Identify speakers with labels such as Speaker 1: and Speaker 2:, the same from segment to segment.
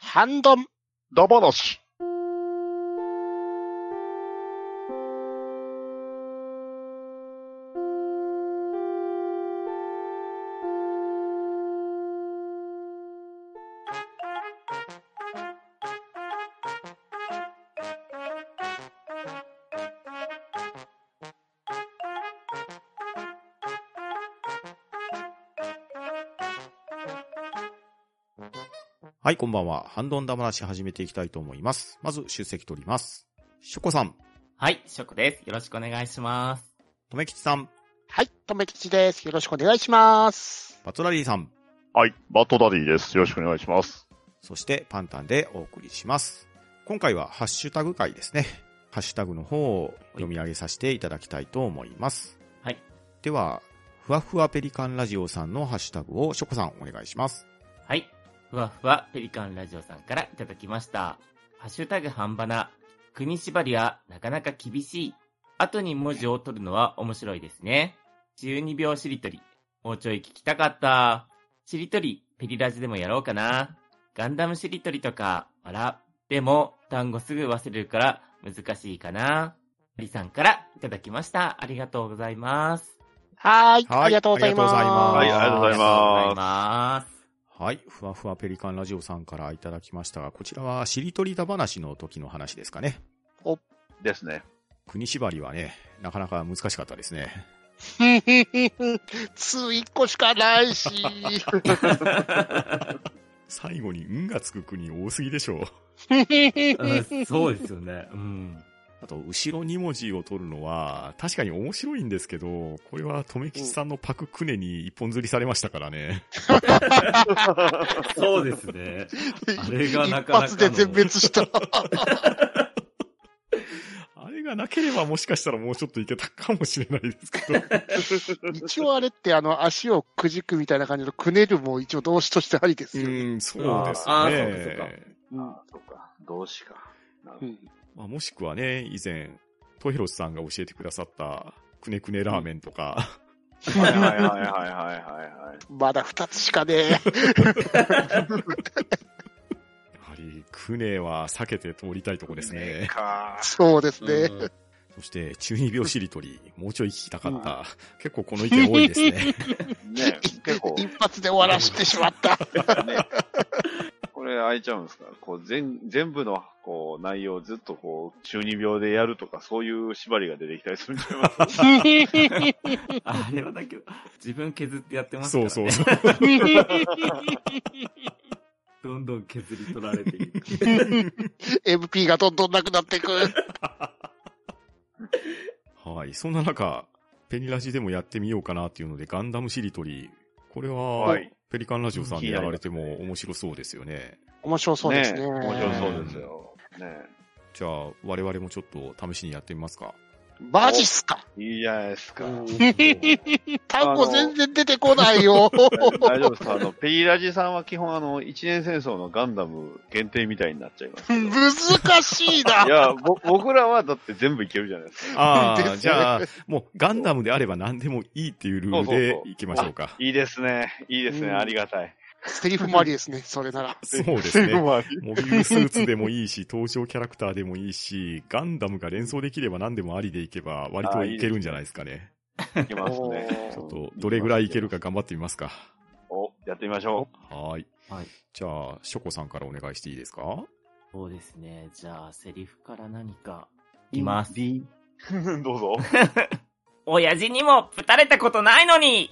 Speaker 1: 三丼、どぼろし。
Speaker 2: はい、こんばんは。ハンドンダ話始めていきたいと思います。まず、出席取ります。ショコさん、
Speaker 3: はい、ショコです。よろしくお願いします。
Speaker 2: とめきちさん、
Speaker 1: はい、とめきちです。よろしくお願いします。
Speaker 2: バトラリーさん、
Speaker 4: はい、バットダディです。よろしくお願いします。
Speaker 2: そしてパンタンでお送りします。今回はハッシュタグ会ですね。ハッシュタグの方を読み上げさせていただきたいと思います。
Speaker 3: はい。
Speaker 2: では、ふわふわペリカンラジオさんのハッシュタグをショコさんお願いします。
Speaker 3: はい、ふわふわペリカンラジオさんからいただきました。ハッシュタグ半ばな。国縛りはなかなか厳しい。後に文字を取るのは面白いですね。12秒しりとり。もうちょい聞きたかった。しりとり、ペリラジでもやろうかな。ガンダムしりとりとか、あら。でも、単語すぐ忘れるから難しいかな。リさんからいただきました。ありがとうございます。
Speaker 1: はーい、
Speaker 2: はい
Speaker 1: ありがとうございます。
Speaker 2: ありがとうございます
Speaker 4: はいありがとうござい
Speaker 3: ます。
Speaker 2: はい。ふわふわペリカンラジオさんからいただきましたが、こちらはしりとりだ話の時の話ですかね。
Speaker 4: ですね。
Speaker 2: 国縛りはね、なかなか難しかったですね。
Speaker 1: つい一個しかないし。
Speaker 2: 最後に運がつく国多すぎでしょう。
Speaker 3: そうですよね。うん。
Speaker 2: あと、後ろ2文字を取るのは、確かに面白いんですけど、これは、とめきちさんのパククネに一本釣りされましたからね。
Speaker 3: そうですね。あれがなかなかの
Speaker 1: 一発で全滅した。
Speaker 2: あれがなければもしかしたらもうちょっといけたかもしれないですけど。
Speaker 1: 一応あれって、あの、足をくじくみたいな感じのくねるも一応動詞としてありです
Speaker 2: う
Speaker 1: よ。
Speaker 2: ん、そうです
Speaker 3: あーそうかそうか
Speaker 2: ね。
Speaker 1: うん
Speaker 4: そっか、動詞か。
Speaker 1: うん
Speaker 2: まあ、もしくはね、以前、トヘロスさんが教えてくださった、くねくねラーメンとか、
Speaker 4: はいはいはいはいはいはい。
Speaker 1: まだ二つしかねえ。
Speaker 2: やはり、くねは避けて通りたいとこですね。
Speaker 4: か
Speaker 1: そうですね。
Speaker 2: そして、中二病しりとり、もうちょい聞きたかった。結構この意見多いですね。
Speaker 4: ね結構、ね
Speaker 1: 一発で終わらせてしま った。
Speaker 4: これ開いちゃうんですかこう全全部のこう内容をずっとこう、中二病でやるとか、そういう縛りが出てきたりするんじゃないます
Speaker 3: あれはだけど、自分削ってやってますか
Speaker 2: そう
Speaker 3: らね。
Speaker 2: そうそう。
Speaker 3: どんどん削り取られていく。
Speaker 1: MP がどんどんなくなっていく。
Speaker 2: はい。そんな中、ペニラジでもやってみようかなっていうので、ガンダムしりとり。これは、
Speaker 4: はい
Speaker 2: ペリカンラジオさんでやられても面白そうですよね。
Speaker 1: 面白そうですね。
Speaker 4: 面白そうですよ。ね
Speaker 2: じゃあ、我々もちょっと試しにやってみますか。
Speaker 1: マジっすか
Speaker 4: いいじゃない ですか。
Speaker 1: 単語全然出てこないよ。
Speaker 4: 大丈夫です。あの、ペリラジさんは基本あの、一年戦争のガンダム限定みたいになっちゃいますけ ど。。
Speaker 1: 難しいない
Speaker 4: や、ぼ、僕らはだって全部いけるじゃないですか。
Speaker 2: あ
Speaker 1: です
Speaker 2: あ、
Speaker 1: ね
Speaker 2: じゃあ、もうガンダムであれば何でもいいっていうルールでいきましょうか。
Speaker 4: いいですね。いいですね。
Speaker 1: うん
Speaker 4: ありがたい。
Speaker 1: セリフもありですね、それなら。
Speaker 2: そうですね。
Speaker 4: は
Speaker 2: モビルスーツでもいいし、登場キャラクターでもいいし、ガンダムが連想できれば何でもありでいけば、割といけるんじゃないですかね。
Speaker 4: いけますね。
Speaker 2: ちょっと、どれぐらいいけるか頑張ってみますか。
Speaker 4: お、やってみましょ
Speaker 2: はい。
Speaker 3: はい。
Speaker 2: じゃあ、ショコさんからお願いしていいですか
Speaker 3: そうですね。じゃあ、セリフから何か。います。
Speaker 4: う。どうぞ。
Speaker 3: 親父にもぶたれたことないのに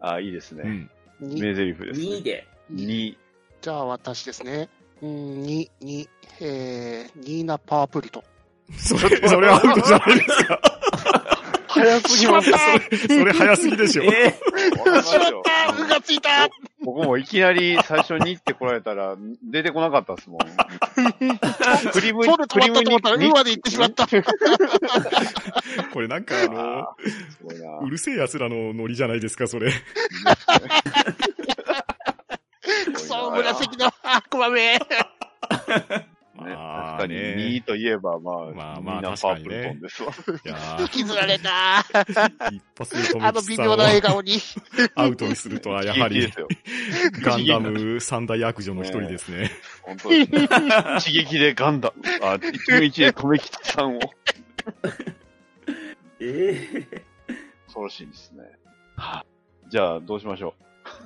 Speaker 4: あ、いいです
Speaker 2: う
Speaker 4: ね。
Speaker 2: ん。
Speaker 4: 名台詞です
Speaker 3: 2
Speaker 4: ね。
Speaker 3: で。
Speaker 4: 2。
Speaker 1: じゃあ私ですね。うん、に、に、えー、ニーナ・パープリと。
Speaker 2: それ、それアウトじゃないですか。
Speaker 1: 早すぎましまっ
Speaker 2: それ早すぎでしょ。
Speaker 3: え
Speaker 1: たしまった運がついた
Speaker 4: 僕もいきなり最初にって来られたら、出てこなかったっ すもん。クリム
Speaker 1: 取る止まったと思ったら、うまで行ってしまった。
Speaker 2: これなんか
Speaker 4: あ
Speaker 2: あ
Speaker 4: ーすごいな
Speaker 2: の、うるせえ奴らのノリじゃないですか、それ。
Speaker 1: クソ、紫の悪魔め。
Speaker 2: まあ
Speaker 4: ね。
Speaker 2: まあ
Speaker 4: 確かに、
Speaker 2: ね
Speaker 4: 2といえば、まあ、
Speaker 2: まあ
Speaker 4: みん
Speaker 2: まあ
Speaker 4: な
Speaker 2: 確
Speaker 4: パ
Speaker 2: か
Speaker 4: ー
Speaker 2: に
Speaker 4: プ
Speaker 2: ね
Speaker 4: ルトンですわ。
Speaker 2: いやー
Speaker 1: 引きずられた。
Speaker 2: 一発で富
Speaker 1: あの
Speaker 2: 吉
Speaker 1: 微
Speaker 2: さん
Speaker 1: 妙な笑
Speaker 2: を
Speaker 1: 顔に。
Speaker 2: アウトにするとは、やは
Speaker 4: 一
Speaker 2: り
Speaker 4: 撃です、よ。
Speaker 2: ガンダム三大悪女の一人ですね。
Speaker 4: 本当ですね。一撃でガンダム、あ、一撃で米吉さんを。
Speaker 3: ええ
Speaker 4: 恐ろしいで すね。じゃあ、どうしましょ。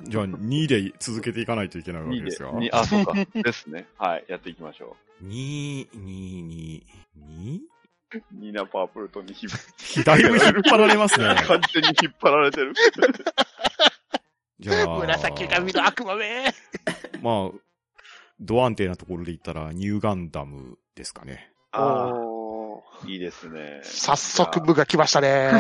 Speaker 2: じゃあ、2で続けていかないといけないうわけ
Speaker 4: 2
Speaker 2: で
Speaker 4: で、
Speaker 2: すよ。
Speaker 4: 2、あ、そうか。ですね。はい、やっていきましょ
Speaker 2: 2、2、2、2?
Speaker 4: う。ニーナ・パープルトンに引っ
Speaker 2: だいぶ引っ張られます ね。
Speaker 4: 完全に引っ張られてる。
Speaker 2: じゃあ、
Speaker 1: 紫髪の悪魔め。
Speaker 2: まあ、ド安定なところで言ったら、ニューガンダムですかね。
Speaker 4: あ
Speaker 1: おー
Speaker 4: あ、いいですね。
Speaker 1: 早速部が来ました ね。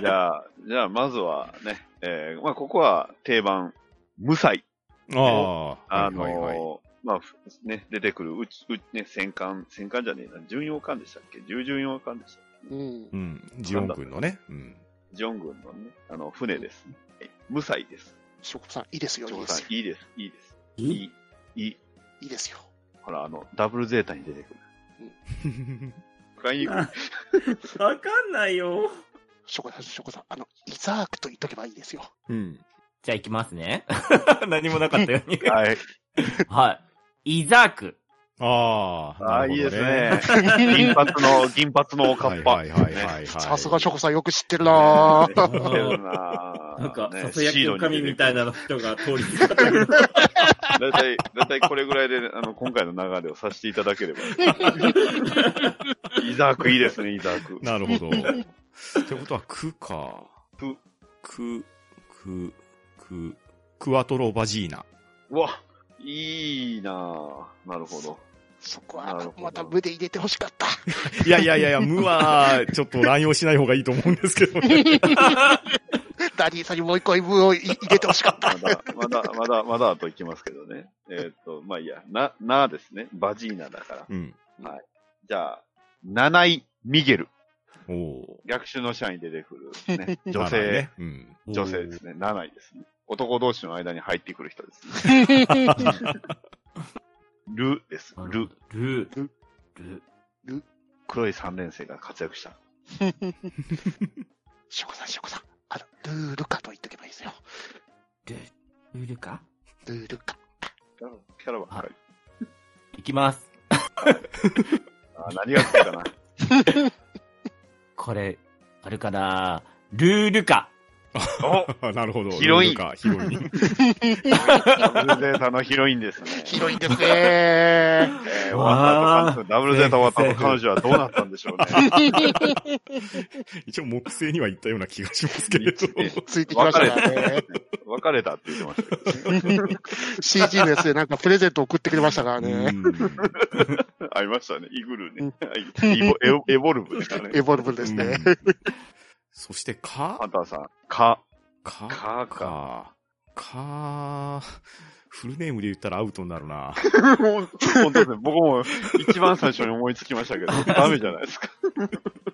Speaker 4: じゃあ、じゃあ、まずはね、えー、まあ、ここは定番、無才。
Speaker 2: ああ、
Speaker 4: あのー
Speaker 2: はいはいはい。
Speaker 4: まあ、ふね、出てくる、うち、うち、ね、戦艦、戦艦じゃねえな、巡洋艦でしたっけ重巡洋艦でしたっ
Speaker 1: うん
Speaker 2: う。ん、ジオン君のね。うん。
Speaker 4: けジョン軍のね、あの、船です、ね。はい無才です。
Speaker 1: 翔子さん、いいですよ、いい
Speaker 4: 長
Speaker 1: で
Speaker 4: さ
Speaker 1: す
Speaker 4: ん
Speaker 1: よ。
Speaker 4: いいです、いいです。い
Speaker 3: ー。
Speaker 4: い、いい。
Speaker 1: いいですよ。
Speaker 4: ほら、あの、ダブルゼータに出てくる。使いにくい。
Speaker 3: あわかんないよ。
Speaker 1: 翔子さん、翔子さん、あの、イザークと言っとけばいいですよ。
Speaker 2: うん。
Speaker 3: じゃあ行きますね。何もなかったように。
Speaker 4: はい。
Speaker 3: はい。イザーク。
Speaker 2: ああ、
Speaker 4: ああ、
Speaker 2: ない
Speaker 4: い
Speaker 2: る
Speaker 4: で
Speaker 2: ほ
Speaker 4: す
Speaker 2: ど
Speaker 4: ね。。銀髪の、銀髪のおか
Speaker 2: は
Speaker 4: っ
Speaker 2: い
Speaker 4: ぱ。
Speaker 2: はいはい
Speaker 4: ね
Speaker 2: はい。
Speaker 1: さすが翔子さん、よく知ってるなぁ。
Speaker 4: 知ってるなぁ
Speaker 3: なんか、
Speaker 4: ね
Speaker 3: ささやきの神みたいなの人が通り過ぎた。
Speaker 4: だいたい、だいたいこれぐらいで、あの、今回の流れをさせていただけ れば。イザークいいですね、イザーク。
Speaker 2: なる ほど。ってことは、クか。
Speaker 4: く。
Speaker 2: ク、ク、ク、クワトロバジーナ。
Speaker 4: うわ、いいなぁ。なるほど。
Speaker 1: そこ
Speaker 4: なる
Speaker 1: は
Speaker 4: ほ、ど
Speaker 1: また部で入れてほしかった。
Speaker 2: いやいやいやいや、無は、ちょっと乱用しない方がいいと思うんですけどね。
Speaker 1: ダディさんにもう一個部をい入れてほしか った。
Speaker 4: まだ、まだ、まだ、まだあといきますけどね。えーっと、まあいいや。な、なですね。バジーナだから。
Speaker 2: うん。
Speaker 4: じゃあ、七井ミゲル。
Speaker 2: おお。
Speaker 4: 逆襲の社員に出てくる、ね、女
Speaker 2: なら
Speaker 4: 性
Speaker 2: ね。、うん。
Speaker 4: 女性ですね。七井ですね。男同士の間に入ってくる人ですね。ルです。ル。。
Speaker 3: ル。
Speaker 1: ル
Speaker 3: ル。
Speaker 4: 黒い三連星が活躍した。
Speaker 1: 翔子さん、翔子さん、あの、ルールカと言っとけばいいですよ。
Speaker 3: ル。ルルか
Speaker 1: ルールカ。
Speaker 4: キャラばっかり。
Speaker 3: いきます。
Speaker 4: あ、何がつけた な。
Speaker 3: これ、あるかなルールか。
Speaker 4: お
Speaker 2: なるほど。
Speaker 4: ヒロイン
Speaker 2: ルールか、ヒロイン。
Speaker 4: ダブルゼータのヒロインですね。
Speaker 1: 広いんですね。
Speaker 4: えー終わった後
Speaker 3: わー
Speaker 4: ダブルゼータ終わった
Speaker 3: セー
Speaker 4: 後、
Speaker 3: フ
Speaker 4: 彼女はどうなったんでしょうね。
Speaker 2: 一応、木星には行ったような気がしますけれど。
Speaker 1: ついてきましたからね。
Speaker 4: 別れたって言ってましたけど
Speaker 1: CG のやつでなんかプレゼント送ってくれましたから
Speaker 2: う
Speaker 1: ね。
Speaker 2: ん
Speaker 4: ありましたね。イグルーね。はいイボエボエボルブですかね
Speaker 1: エ。ボルブですね。
Speaker 2: うんそして、
Speaker 4: ハン
Speaker 2: か、
Speaker 4: ターさん、か、
Speaker 2: か、
Speaker 4: か
Speaker 2: か、か、フルネームで言ったらアウトになるな。
Speaker 4: 本当ですね。僕も一番最初に思いつきましたけど、ダメじゃないですか。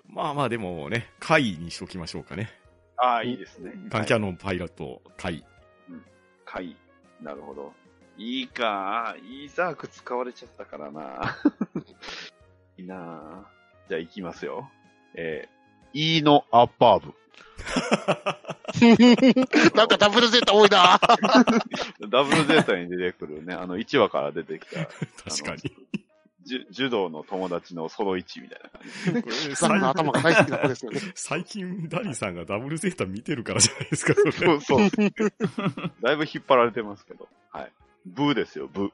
Speaker 2: まあまあ、でもね、会にしときましょうかね。
Speaker 4: ああ、いいですね。
Speaker 2: ガンキャノンパイロット、会。
Speaker 4: はい。なるほど。いいか。イザーク使われちゃったからな。 いいなぁじゃあ行きますよ。えー、イーノアッパーブ。
Speaker 1: なんかダブルゼータ多いな。
Speaker 4: ダブルゼータに出てくるね、あの1話から出てきた、
Speaker 2: 確かに。
Speaker 4: じゅ柔道の友達のソロ1みたいな。
Speaker 2: これ
Speaker 1: ザンの頭が大好きな子ですよね。
Speaker 2: 最近、ダリさんがダブルゼータ見てるからじゃないですか、そ れ。
Speaker 4: うそう。だいぶ引っ張られてますけど。はい。ブーですよ、ブー。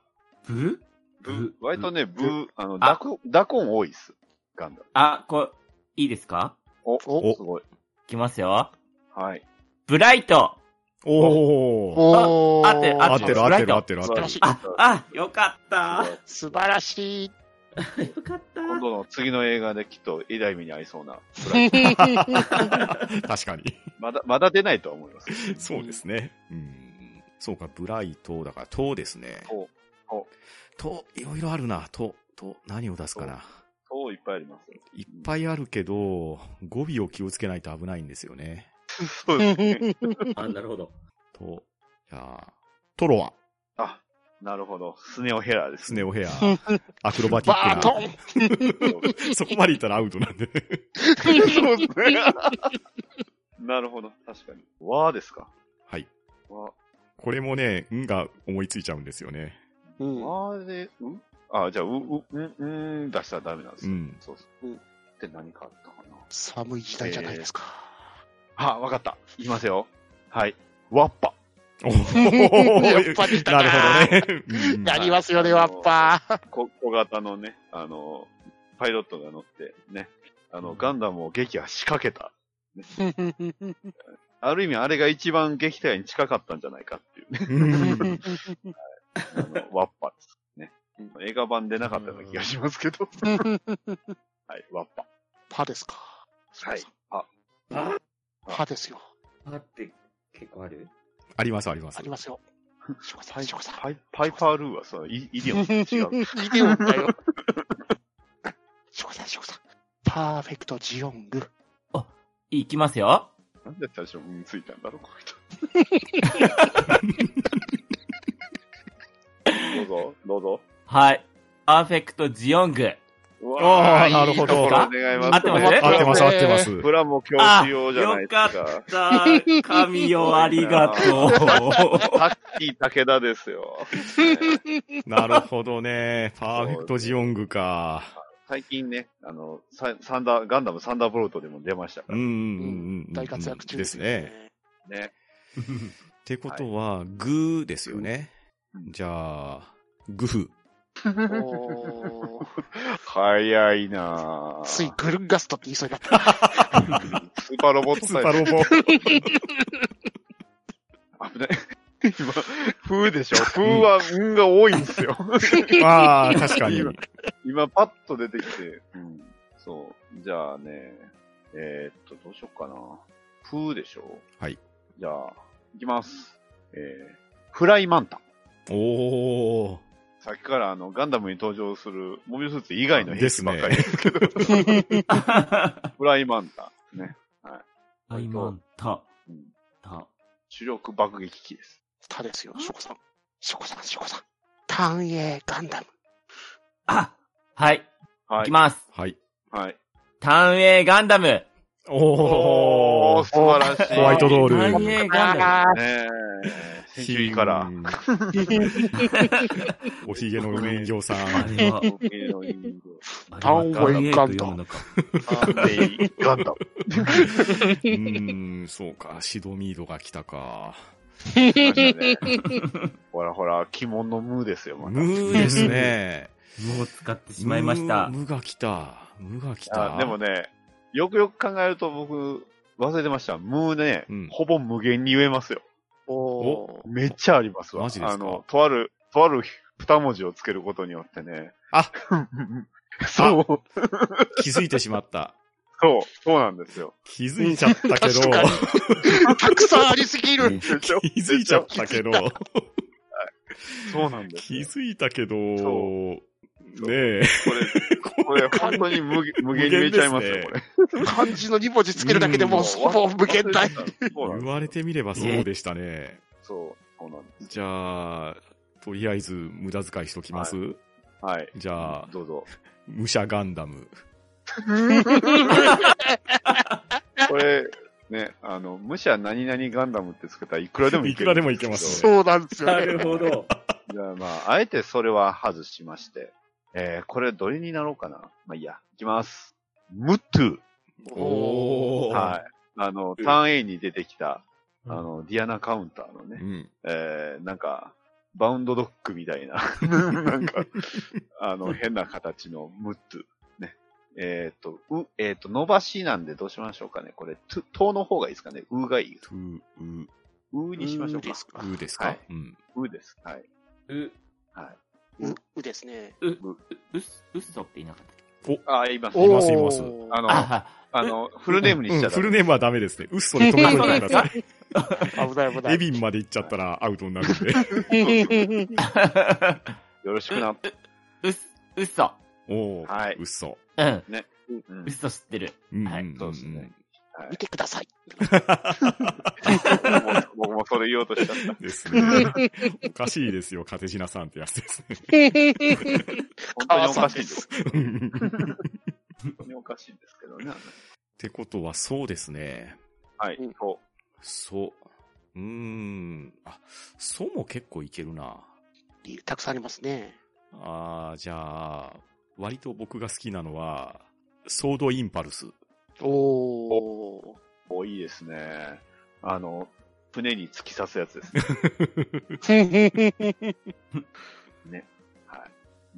Speaker 3: ブ
Speaker 4: ブー
Speaker 3: ブ。
Speaker 4: 割とね、ブー、あの、
Speaker 3: あ
Speaker 4: ダコ、ダコン多いっす。ガンダム。
Speaker 3: あ、こいいですか
Speaker 4: お、
Speaker 1: お
Speaker 4: すごい。
Speaker 3: いきますよ。
Speaker 4: はい。
Speaker 3: ブライト
Speaker 2: おー。
Speaker 1: おー。
Speaker 3: あって
Speaker 2: 合
Speaker 3: あ
Speaker 2: ってる合ってる合ってる合
Speaker 4: 素
Speaker 2: ってる
Speaker 4: 晴らし。い。
Speaker 3: あ、あ、よかった。
Speaker 4: すごい
Speaker 1: 素晴らしい。
Speaker 3: よかった。
Speaker 4: 今度の次の映画できっと、偉大目に合いそうな。
Speaker 2: 確かに。
Speaker 4: まだ、まだ出ないとは思います。
Speaker 2: そうですね。うん。そうか、ブライト、だから、とですね。
Speaker 4: とと
Speaker 2: と、いろいろあるな。と、と、何を出すかな。
Speaker 4: そういっぱいあります。
Speaker 2: いっぱいあるけど、語尾を気をつけないと危ないんですよね。
Speaker 4: そうですね。
Speaker 3: あ、なるほど。
Speaker 2: と、じゃあ、トロワ。
Speaker 4: あ、なるほど。スネオヘアです
Speaker 2: ス
Speaker 4: ね。
Speaker 2: ネオ ヘア、アクロバティ
Speaker 1: バー
Speaker 2: ッ
Speaker 1: ト
Speaker 2: ク
Speaker 1: ン
Speaker 2: な、そこまでいったらアウトなんで。
Speaker 4: そうですね。 なるほど。確かに。わーですか。
Speaker 2: はい。
Speaker 4: わ
Speaker 2: これもね、運が思いついちゃうんですよね。
Speaker 1: うん
Speaker 4: わーで、うんあ、じゃあ、う、う、うん、うん、出したらダメなんです
Speaker 2: う
Speaker 4: ね。
Speaker 2: ん。
Speaker 4: そうです。
Speaker 1: うん
Speaker 4: で、何かあったかな。
Speaker 1: 寒い時代じゃないですか。
Speaker 4: あ、わかった。いきますよ。はい。ワッパ。
Speaker 2: おー
Speaker 1: やっぱり来たな
Speaker 2: なるほどね。うん
Speaker 1: やりますよね、ワッパー。
Speaker 4: こ小型のね、あの、パイロットが乗って、ね。あの、ガンダムを撃破仕掛けた。ある意味、あれが一番撃退に近かったんじゃないかって いうね。
Speaker 2: うん
Speaker 4: あの、ワッパですね。映画版出なかったような気がしますけど。はい、ワッパ。
Speaker 1: パですか。
Speaker 4: はい。あ、
Speaker 3: あ
Speaker 1: パですよ。
Speaker 3: あって結構ある
Speaker 2: あります、あります
Speaker 1: あ。りますよ。しょこさん、しょこさん。
Speaker 4: パイパイパールーはそのイイディオンと 違 う。
Speaker 1: イデオンだよ。しょこさん、しょこさん。パーフェクトジオング。
Speaker 3: いきますよ。
Speaker 4: なんで最初、うん、ついたんだろう、この人。どうぞ、どうぞ。
Speaker 3: はい。パーフェクトジオング。
Speaker 4: う
Speaker 2: あ
Speaker 4: わ
Speaker 2: あ、なるほ
Speaker 4: いいと
Speaker 2: ど。
Speaker 4: ころ
Speaker 2: 合
Speaker 4: お願いします
Speaker 3: 合っ
Speaker 1: 合
Speaker 2: っ
Speaker 3: てます
Speaker 2: てます、合ってます。
Speaker 4: ブラも今日仕様じゃないです
Speaker 3: あ
Speaker 4: か。
Speaker 3: さあ、神よありが とう。
Speaker 4: ハッキー武田ですよ。ね
Speaker 2: なるほど ね。パーフェクトジオングか。
Speaker 4: 最近ね、あの、ササンダー、ガンダムサンダーボルトでも出ましたか
Speaker 2: う
Speaker 4: ら
Speaker 2: んう
Speaker 4: ね。
Speaker 2: んうんうん。
Speaker 1: 大活躍中
Speaker 2: ですね。。ってことは、グーですよね。
Speaker 4: うん
Speaker 2: じゃあ、グフ。
Speaker 1: おー
Speaker 4: 早いなぁ。
Speaker 1: つい
Speaker 4: ス
Speaker 1: グルンガストって言いそうになった。
Speaker 4: ーパーロボット
Speaker 2: ス
Speaker 4: サ
Speaker 2: ー
Speaker 4: イ
Speaker 2: パ
Speaker 4: ズ。
Speaker 2: ーロボ。
Speaker 4: 危ない。今、風でしょ風は、運が多いん ですよ。
Speaker 2: ああ、確かに。
Speaker 4: 今、パッと出てきて。うん。そう。じゃあね、えーっと、どうしよっかな。風でしょ
Speaker 2: はい。
Speaker 4: じゃあ、いきます。えー、フライマンタン。
Speaker 2: おー。
Speaker 4: さっきからあの、ガンダムに登場するモビルスーツ以外の兵
Speaker 2: です
Speaker 4: 器
Speaker 2: ね
Speaker 4: ばっかりで すけど、フライマンタン。ね。
Speaker 3: はい、マンタ、
Speaker 4: うん
Speaker 3: タ、
Speaker 4: 主力爆撃機です。
Speaker 1: タですよ、しょこさん。しょこさん、しょこさん。単影ガンダム。
Speaker 3: あはい、
Speaker 4: はい
Speaker 3: き
Speaker 4: い。
Speaker 3: ます。
Speaker 2: はい。
Speaker 4: はい。
Speaker 3: 単影ガンダム。
Speaker 2: お
Speaker 4: おー、
Speaker 2: ー。
Speaker 4: 素晴らしい。
Speaker 2: ホワイトドール。
Speaker 3: 単影ガンダム。
Speaker 4: ねえ。先週いいから。。
Speaker 2: おひげの人形さ
Speaker 3: あ
Speaker 2: ん。
Speaker 3: れは、
Speaker 1: 単影ガンダム
Speaker 3: ガと読むのか。
Speaker 4: ガンダム。
Speaker 2: うーん、そうか。シドミードが来たか。
Speaker 4: ほらほら、鬼門の無ですよ、ま
Speaker 2: ム
Speaker 4: た。
Speaker 2: ーですね。
Speaker 3: もう使って しまいました
Speaker 2: ム。ームーが来た。ムーが来た。
Speaker 4: あでもね、よくよく考えると僕、忘れてました。無ね、
Speaker 2: うん
Speaker 4: ほぼ無限に言えますよ。
Speaker 1: おー。
Speaker 4: めっちゃありますわ。
Speaker 2: マジですか
Speaker 4: あの、とある、とある二文字をつけることによってね。
Speaker 2: あ
Speaker 4: そう、
Speaker 2: 気づいてしまった。
Speaker 4: そう、そうなんですよ。
Speaker 2: 気づいちゃったけど、
Speaker 1: 確かにたくさんありすぎる。
Speaker 3: ね
Speaker 4: でしょ
Speaker 2: 気づいちゃったけど、
Speaker 4: そうなんです
Speaker 2: 気
Speaker 4: よ。
Speaker 2: づいたけど、
Speaker 4: そ
Speaker 2: ね
Speaker 4: う
Speaker 2: え、
Speaker 4: これ、これ本当に無限無限に言えちゃいますよ、これ。
Speaker 1: 漢字の2文字つけるだけでもうほぼ無限大。
Speaker 4: そうなんですよ
Speaker 2: 言われてみればそうでしたね。
Speaker 4: そう、そうなんです。
Speaker 2: じゃあ、とりあえず無駄遣いしときます、
Speaker 4: はい。
Speaker 2: じゃあ、
Speaker 4: どうぞ。
Speaker 2: 武者ガンダム。
Speaker 4: これ、ね、あの、武者何々ガンダムってつけたらいくらでもい
Speaker 2: い
Speaker 4: け
Speaker 2: く
Speaker 4: る
Speaker 2: らでもいけますね。
Speaker 1: そうなんですよ
Speaker 3: な
Speaker 1: ね。
Speaker 3: るほど。
Speaker 4: じゃあまあ、あえてそれは外しまして。えー、これどれになろうかなまあいいや、いきます。ムトゥ。
Speaker 2: おー。
Speaker 4: はい。あの、ターン A に出てきた、
Speaker 3: うん
Speaker 4: あの、ディアナカウンターの
Speaker 2: う
Speaker 4: ね、
Speaker 2: ん。
Speaker 4: えー、なんか、バウンドドッグみたいな、なんか、あの、変な形のムトゥ。ね。えっ、と、う、えっ、と、伸ばしなんでどうしましょうかね。これ、トゥ、トゥの方がいいですかね。うがいい。
Speaker 2: トゥー、
Speaker 4: うにしましょう
Speaker 1: うで
Speaker 4: か。
Speaker 1: すか
Speaker 2: う、うですか、
Speaker 4: はい
Speaker 2: うん。
Speaker 4: うです。はい。
Speaker 3: う、
Speaker 1: う、うですね。
Speaker 3: う、う、う、うっそって言いなかった。
Speaker 4: あ、言います。
Speaker 2: いますいます
Speaker 1: おー
Speaker 4: あの、あ
Speaker 3: あ
Speaker 4: の、フルネームにしち
Speaker 2: う
Speaker 4: ゃ
Speaker 2: ん
Speaker 4: ダメ
Speaker 2: フルネームはダメですね。うっそで飛び越えてください。
Speaker 1: 危ない危な
Speaker 2: エ
Speaker 1: い。
Speaker 2: ビンまで行っちゃったらアウトになるんで。
Speaker 3: あ、
Speaker 4: よろしくな。
Speaker 3: うっ、うっそ。
Speaker 2: おー、
Speaker 4: はいう
Speaker 2: っそ。
Speaker 3: うん。
Speaker 4: うん
Speaker 3: うっそ知ってる。
Speaker 2: うんうんうん
Speaker 3: はい
Speaker 4: そうですね。はい
Speaker 1: 見てください。
Speaker 4: 僕も僕もそれ言おうとしちゃった。
Speaker 2: ですね。おかしいですよ、カテジナさんってやつですね。
Speaker 4: 本当におかしいんです。
Speaker 2: うん
Speaker 4: 本当におかしいんですけどね。
Speaker 2: ってことは、そうですね。
Speaker 4: はい、
Speaker 1: うん
Speaker 4: そ
Speaker 2: そう。うーん。あ、そうも結構いけるな。
Speaker 1: 理由たくさんありますね。
Speaker 2: あーじゃあ、割と僕が好きなのは、ソードインパルス。
Speaker 1: おー。
Speaker 4: う。お、いいですね。あの、船に突き刺すやつです ね。はい。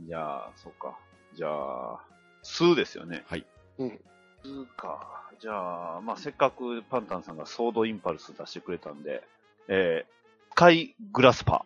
Speaker 4: じゃあ、そうか。じゃあ、数ですよね。
Speaker 2: はい。
Speaker 1: うん
Speaker 4: 数か。じゃあ、まあ、せっかくパンタンさんがソードインパルス出してくれたんで、えー、カイグラスパ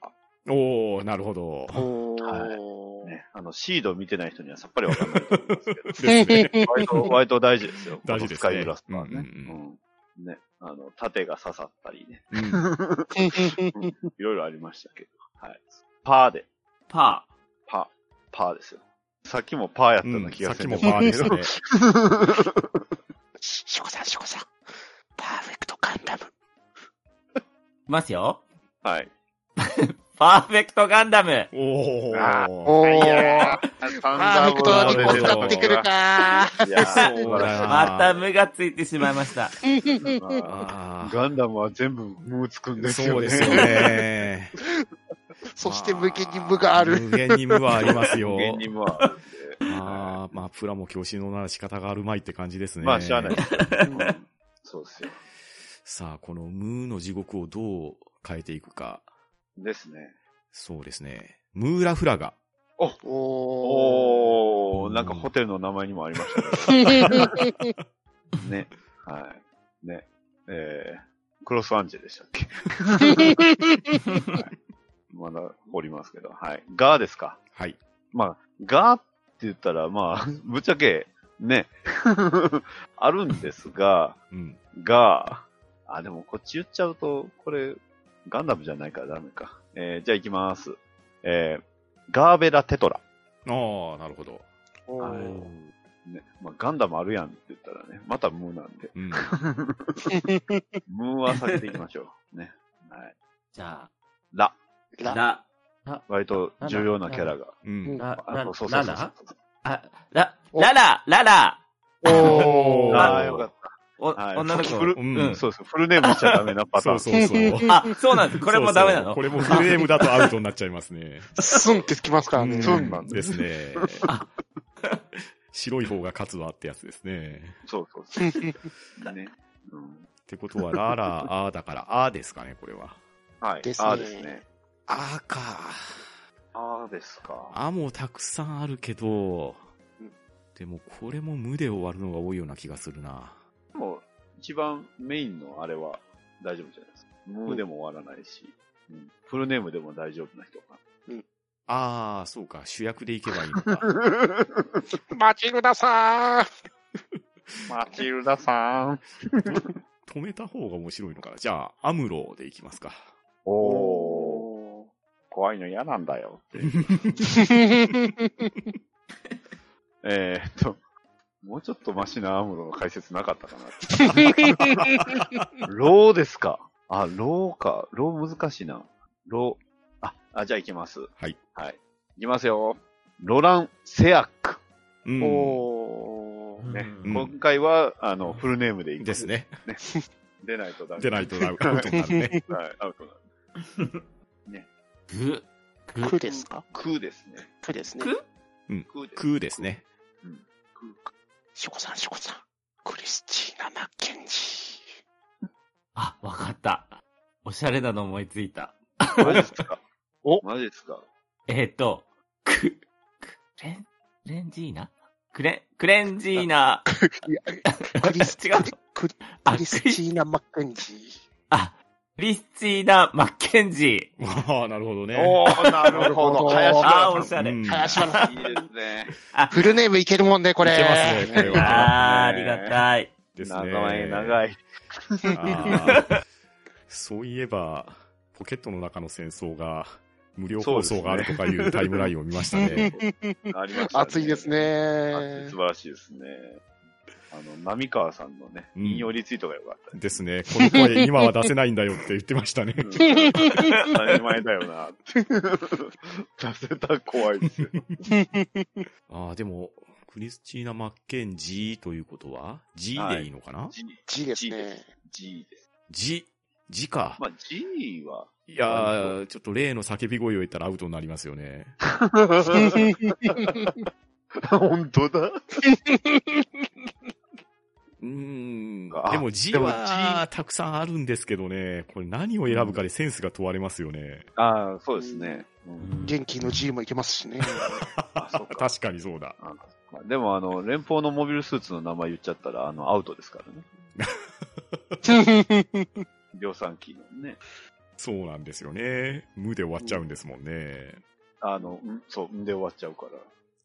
Speaker 2: おー、なるほど。
Speaker 1: おー。
Speaker 4: ー。ね。あの、シードを見てない人にはさっぱり わかんないと思いますけど。
Speaker 2: です ね。
Speaker 4: 割と、割と大事ですよ。
Speaker 2: 大事ですね
Speaker 4: このスカイグラスパーね。
Speaker 2: うんう
Speaker 4: うんね。あの、盾が刺さったりね。
Speaker 2: うん
Speaker 4: いろいろありましたけど。はい。パーで。
Speaker 3: パ
Speaker 4: パー。パーですよ。さっきもパーやったような気
Speaker 2: さ
Speaker 4: が
Speaker 2: っ
Speaker 4: す
Speaker 2: き
Speaker 4: る、
Speaker 2: もバーでしたね。
Speaker 1: しこさん、しこさん。パーフェクトガンダム。
Speaker 3: ー。いきますよ。
Speaker 4: はい。
Speaker 3: パーフェクトガンダム。
Speaker 2: お
Speaker 4: あ
Speaker 2: ー。
Speaker 1: お
Speaker 4: い
Speaker 1: ー
Speaker 4: や。ーサン
Speaker 1: パー
Speaker 4: ダ
Speaker 1: フェ
Speaker 4: ー
Speaker 1: ク
Speaker 4: ボ
Speaker 1: ト
Speaker 4: ル
Speaker 1: に
Speaker 4: ト
Speaker 1: こう使ってくるか。
Speaker 4: いやー素晴らしい
Speaker 3: また無がついてしまいました。
Speaker 2: あー
Speaker 4: ガンダムは全部ムーつくんです
Speaker 2: そ
Speaker 4: よ
Speaker 2: う
Speaker 4: ね。
Speaker 2: ですよね。
Speaker 1: そして無限に無がある。
Speaker 2: 無限に無はありますよ
Speaker 4: 無。限にもあるんで
Speaker 2: あーまあ、プラも教師のなら仕方があるまいって感じですね。
Speaker 4: まあ、しゃあないですけど。うんそうですよ。
Speaker 2: さあ、このムーの地獄をどう変えていくか。
Speaker 4: ですね。
Speaker 2: そうですね。ムーラフラガ。
Speaker 1: おー。
Speaker 4: おー、なんかホテルの名前にもありましたね。 ね。はい。ね。えー、クロスアンジェでしたっけまだおりますけど。はい。ガーですか
Speaker 2: はい。
Speaker 4: まあ、ガーって言ったら、まあ、 ぶっちゃけ、ね。 あるんですが、
Speaker 2: うん。
Speaker 4: ガー。あ、でもこっち言っちゃうと、これ、ガンダムじゃないからダメか。えー、じゃあ行きます。えー、ガーベラテトラ。
Speaker 2: ああ、なるほど。
Speaker 1: お
Speaker 4: はい
Speaker 1: ー
Speaker 4: ね。まあ、ガンダムあるやんって言ったらね、またム ーなんで。
Speaker 2: うん。
Speaker 4: ムーは避けていきましょう。ね。はい。
Speaker 3: じゃ
Speaker 4: ラ。
Speaker 3: あ、
Speaker 1: ラ
Speaker 3: ラ、
Speaker 4: 割と重要なキャラが。
Speaker 2: うん。
Speaker 3: ラ、
Speaker 4: あ
Speaker 3: ラ、
Speaker 4: そうそう
Speaker 3: ラ
Speaker 4: そうそう
Speaker 3: ラあ、ラ、ララ、ララ、
Speaker 1: おー。
Speaker 4: ああ、
Speaker 2: ー
Speaker 4: よかっ
Speaker 3: お、
Speaker 4: はい
Speaker 3: 女の子。
Speaker 4: フル
Speaker 3: うん
Speaker 2: う
Speaker 4: た。
Speaker 2: ん
Speaker 4: そうそう。フルネームしちゃダメなパタ
Speaker 2: そ
Speaker 4: ーン。
Speaker 2: うそうそう。
Speaker 3: あ、そうなんです。これもダメ
Speaker 2: そう
Speaker 3: な
Speaker 2: そう
Speaker 3: の
Speaker 2: これもフレームだとアウトになっちゃいます ね。
Speaker 1: スンってつきますからね。
Speaker 4: スンなん
Speaker 2: で
Speaker 4: です
Speaker 2: ね。 白い方が勝つわってやつですね。
Speaker 4: そうそうそう。ね。うん。
Speaker 2: ってことは、ラーラー、あーだから、あーですかね、これは。
Speaker 4: はい。
Speaker 1: ですね
Speaker 4: ああですね。
Speaker 2: あーか。
Speaker 4: ああですか。
Speaker 2: あもたくさんあるけど、でもこれも無で終わるのが多いような気がするな。
Speaker 4: でも、一番メインのあれは大丈夫じゃないですか。ムーでも終わらないし、うんフルネームでも大丈夫な人か。
Speaker 2: あー、そうか、主役でいけばいいのか。
Speaker 1: マチルダさん。
Speaker 4: マチルダさん。
Speaker 2: 止めた方が面白いのかな。じゃあ、アムロでいきますか。
Speaker 4: おー。怖いの嫌なんだよって。えーっと、もうちょっとマシなアムロの解説なかったかな。ローですか。あ、ローか。ロー難しいな。ロー。あ、あじゃあ行きます。
Speaker 2: はい。
Speaker 4: はい。行きますよ。ロラン・セアック。
Speaker 2: うん。
Speaker 1: おー。
Speaker 4: ね
Speaker 2: うん
Speaker 4: 今回は、あの、フルネームでいく
Speaker 2: です。ね。
Speaker 4: 出ないとダメ。
Speaker 2: でないとアウトになる ね。
Speaker 4: はい、アウトなんで
Speaker 3: ぐ、
Speaker 1: くですか
Speaker 4: 空ですね。
Speaker 1: くですね。
Speaker 3: く
Speaker 4: 空です。
Speaker 2: 空ですね。
Speaker 1: しこさん、しこさん。クリスチーナ・マッケンジ
Speaker 3: あ、わかった。おしゃれなの思いついた。
Speaker 4: マジですか
Speaker 1: お
Speaker 4: マジですか
Speaker 3: えっ、と、く、く、レン、レンジーナクレン、クレンジーナ。
Speaker 1: ー。いや、クリス、
Speaker 3: 違う
Speaker 1: クリク
Speaker 3: あ、ク
Speaker 1: リ
Speaker 3: リ
Speaker 1: ス
Speaker 3: ス、
Speaker 1: チーナ・マッケンジ
Speaker 3: あ、クリスチーナ・マッケンジー。
Speaker 2: ああ、なるほどね。
Speaker 4: おー、なるほど。林
Speaker 3: あー、
Speaker 4: 原
Speaker 3: おし
Speaker 4: さ
Speaker 3: ゃ
Speaker 2: う
Speaker 3: れ。
Speaker 2: ん
Speaker 1: ー。林原さん。
Speaker 4: ん。いいですね。
Speaker 1: フルネームいけるもんね、これ。
Speaker 2: いけますね、これは。
Speaker 3: あー、ありがたい。
Speaker 2: ですね。
Speaker 4: 名前長い。
Speaker 2: あーそういえば、ポケットの中の戦争が、無料放送があるとかいうタイムラインを見ましたね。
Speaker 4: ありましたね
Speaker 1: 熱いですね。
Speaker 4: あ素晴らしいですね。あの、波川さんのね、
Speaker 2: うん
Speaker 4: 引用リツイートが良 かったです。
Speaker 2: ですね。この声今は出せないんだよって言ってましたね。
Speaker 4: うん当たり前だよな って。出せたら怖いですよ。
Speaker 2: ああ、でも、クリスチーナ・マッケン G ということは ?G
Speaker 4: はい
Speaker 2: でいいのかな、
Speaker 4: G
Speaker 1: G です
Speaker 4: G で
Speaker 1: ね
Speaker 4: す。G です。
Speaker 2: ?G、G か。
Speaker 4: まあ G は、
Speaker 2: いやー、ちょっと例の叫び声を言ったらアウトになりますよね。
Speaker 4: 本当だ。
Speaker 2: うーん。
Speaker 4: あ
Speaker 2: でも G
Speaker 4: でも
Speaker 2: はたくさんあるんですけどね、これ何を選ぶかでセンスが問われますよね。
Speaker 4: ああ、そうですね。うん
Speaker 1: 元気の G もいけますしね。
Speaker 4: あそうか
Speaker 2: 確かにそうだ。
Speaker 4: あまあでも、あの、連邦のモビルスーツの名前言っちゃったら、あの、アウトですからね。量産機のね。
Speaker 2: そうなんですよね。無で終わっちゃうんですもんね。
Speaker 4: あの、んそう、んで終わっちゃうから。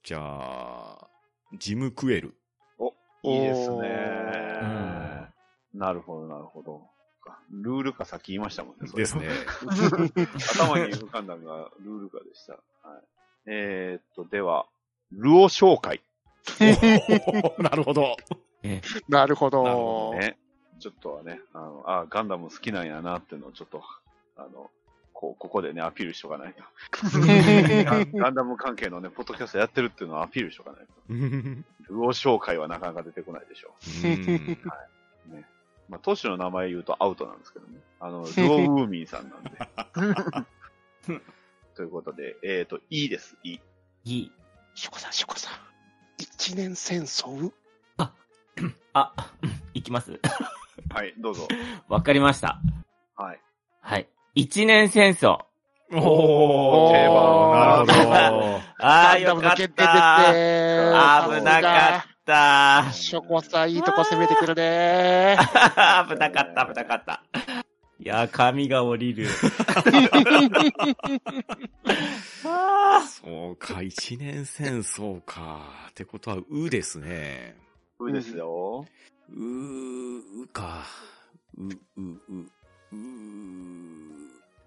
Speaker 2: じゃあ、ジム・クエル。
Speaker 4: いいです
Speaker 1: お
Speaker 4: ね
Speaker 2: ー。
Speaker 4: なるほど、なるほど。ルールかさっき言いましたもんね。それ
Speaker 2: ですね。
Speaker 4: 頭に浮かんだのがルールかでした。はい、えー、っと、では、ルオ商会。
Speaker 2: なるほ ど。
Speaker 3: え
Speaker 1: なるほ
Speaker 2: なる
Speaker 1: ど
Speaker 2: ほ。
Speaker 4: ね。ちょっとはね、あの、あ、ガンダム好きなんやなっていうのをちょっと、あの、こう、ここでね、アピールしとかないと。ガンガンダム関係のね、ポッドキャストやってるっていうのをアピールしとかないと。
Speaker 2: うん
Speaker 4: ルオ商会はなかなか出てこないでしょう。ね。まあ、都市の名前言うとアウトなんですけどね。あの、ルオウーミンさんなんで。ということで、えっ、ー、と、いいです、いい。
Speaker 3: いい。
Speaker 1: しょこさん、しょこさん。一年戦争
Speaker 3: あ、いきます。
Speaker 4: はい、どうぞ。
Speaker 3: わかりました。
Speaker 4: はい。
Speaker 3: はい。一年戦争。
Speaker 2: おー、
Speaker 1: 定番
Speaker 2: なる ほど。
Speaker 3: あ
Speaker 1: ガ
Speaker 3: あ、
Speaker 1: ンダ
Speaker 3: よ
Speaker 1: ム
Speaker 3: か
Speaker 1: の
Speaker 3: っ
Speaker 1: 決定
Speaker 3: たー。
Speaker 1: ー
Speaker 3: 危なかったー。
Speaker 1: しょこさん、いいとこ攻めてくるねー。
Speaker 3: 危なかった、危なかった。いやー、髪が降 りる。あ
Speaker 2: そうか、一年戦争か。ってことは、うですね。
Speaker 4: うですよ。
Speaker 2: うー、うか。う、う、う、うー。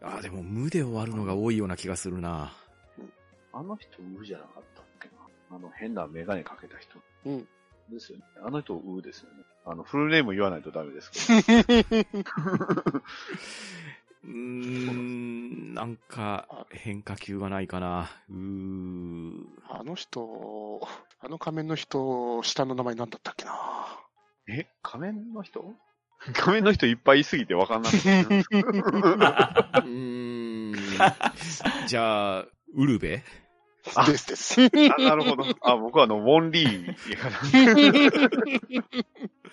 Speaker 2: あー、でも、無で終わるのが多いような気がするな。
Speaker 4: あの人、ウーじゃなかったっけな。あの、変なメガネかけた人。
Speaker 1: うん。
Speaker 4: ですよね。あの人、ウーですよね。あの、フルネーム言わないとダメですけど。
Speaker 2: うーん、なんか、変化球がないかな。うー。
Speaker 1: あの人、あの仮面の人、下の名前なんだったっけな
Speaker 4: え仮面の人仮面の人いっぱいいすぎてわかんなくなっ てきた
Speaker 2: うーん。じゃあ、ウルベ
Speaker 4: あ
Speaker 1: ですです。
Speaker 4: あなるほど。あ、僕はあの、ウォンリー。いや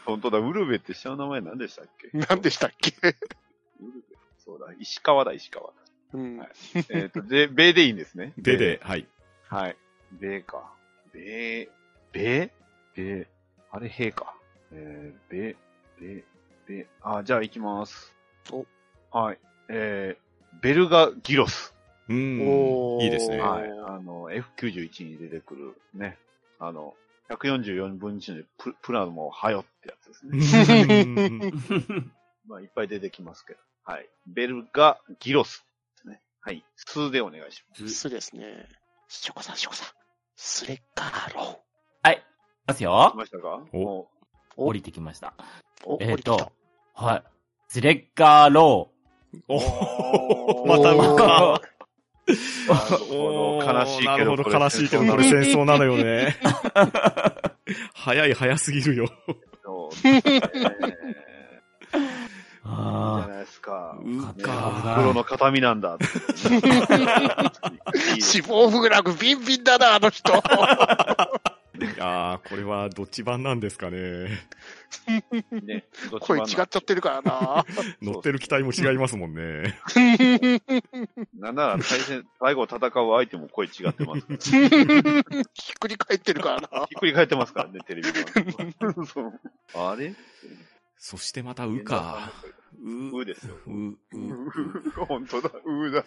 Speaker 4: 本当だ、ウルベって下の名前何でしたっけ
Speaker 1: 何でしたっけ
Speaker 4: ウルベ。そうだ、石川だ、石川。
Speaker 1: うん。
Speaker 4: はいえっと、で、ベでいいんですね。
Speaker 2: でで、はい。
Speaker 4: はい。米か。米、米米、あれ、兵か。えー、米、米、米、あ、じゃあ行きます。
Speaker 1: お
Speaker 4: はい。えー、ベルガ・ギロス。
Speaker 2: うー
Speaker 1: お
Speaker 2: ん。
Speaker 1: ー
Speaker 2: いいですね。
Speaker 1: お
Speaker 4: はい。あの、F91 に出てくる、ね。あの、144分の1のププラモはよってやつです
Speaker 2: う
Speaker 4: ね。
Speaker 2: ー ん
Speaker 3: ー
Speaker 4: まあ、いっぱい出てきますけど。はい。ベルガ・ギロスですね。はい。数でお願いします。
Speaker 1: すですね。しょこさん、しょこさん。スレッガーロー。
Speaker 3: はい。ます
Speaker 4: 来
Speaker 3: よ。
Speaker 4: ましたか
Speaker 2: お
Speaker 4: も
Speaker 1: お
Speaker 3: 降りてきました。
Speaker 1: お、
Speaker 3: えっ、
Speaker 1: 降りてき
Speaker 3: と
Speaker 1: た。、
Speaker 3: はい。スレッガーロ
Speaker 2: おー
Speaker 4: う
Speaker 1: また動
Speaker 3: ー。
Speaker 1: か
Speaker 2: か。
Speaker 4: なる ほど悲しいけど。
Speaker 2: なるほど、
Speaker 4: これ
Speaker 2: 悲しいけど、こ
Speaker 4: 戦争なる
Speaker 2: れ戦争なのよね。 早い、早すぎるよ。
Speaker 4: そうですねいいじゃ
Speaker 3: あ
Speaker 4: ないですか。
Speaker 2: う
Speaker 4: ね
Speaker 2: か。
Speaker 4: 袋の形見なんだって。いいです
Speaker 1: 死亡フグラグビンビンだな、あの人。
Speaker 2: ああ、これはどっち版なんですかね。
Speaker 4: ね。どっちも
Speaker 1: 声違
Speaker 4: な
Speaker 1: っちゃってるからな。
Speaker 2: 乗ってる機体も違いますもんね。
Speaker 4: なんなら対戦、最後戦う相手も声違ってますから。
Speaker 1: ひっくり返ってるからな
Speaker 4: ひっ。くり返ってますからね、テレビ版。そうあれ
Speaker 2: そしてまた、うか。。う、
Speaker 4: う
Speaker 2: う、
Speaker 4: ですよ。
Speaker 2: う、
Speaker 4: う、本当だ。うだ。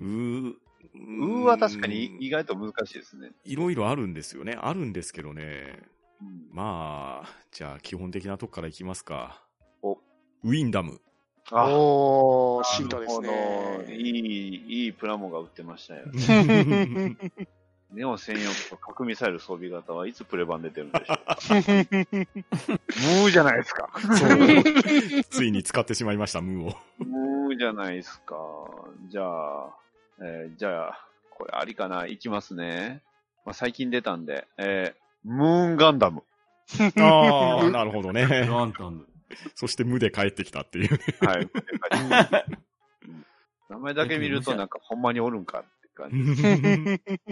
Speaker 2: う、
Speaker 4: うは確かに意外と難しいですね。
Speaker 2: いろいろあるんですよね。あるんですけどね。
Speaker 4: うん
Speaker 2: まあ、じゃあ基本的なとこからいきますか。
Speaker 4: お
Speaker 2: ウィンダ ム。
Speaker 4: あ、
Speaker 1: おー、
Speaker 4: な
Speaker 1: シ
Speaker 4: る
Speaker 1: ントで
Speaker 4: ほ
Speaker 1: す
Speaker 4: ど
Speaker 1: ね。
Speaker 4: いい、いいプラモが売ってましたよ。ネオン専用と核ミサイル装備型はいつプレ版で出るんでしょうかムーじゃないですか。
Speaker 2: ついに使ってしまいました、ムーを。
Speaker 4: ムーじゃないですか。じゃあ、えーじゃあ、これありかな。いきますね。まあ、最近出たんで、えームーンガンダム。
Speaker 2: ああ、なるほどね。
Speaker 3: ガンダム。
Speaker 2: そして無で帰ってきたって いう。
Speaker 4: はい。名前だけ見るとなんかほんまにおるんかって感じ。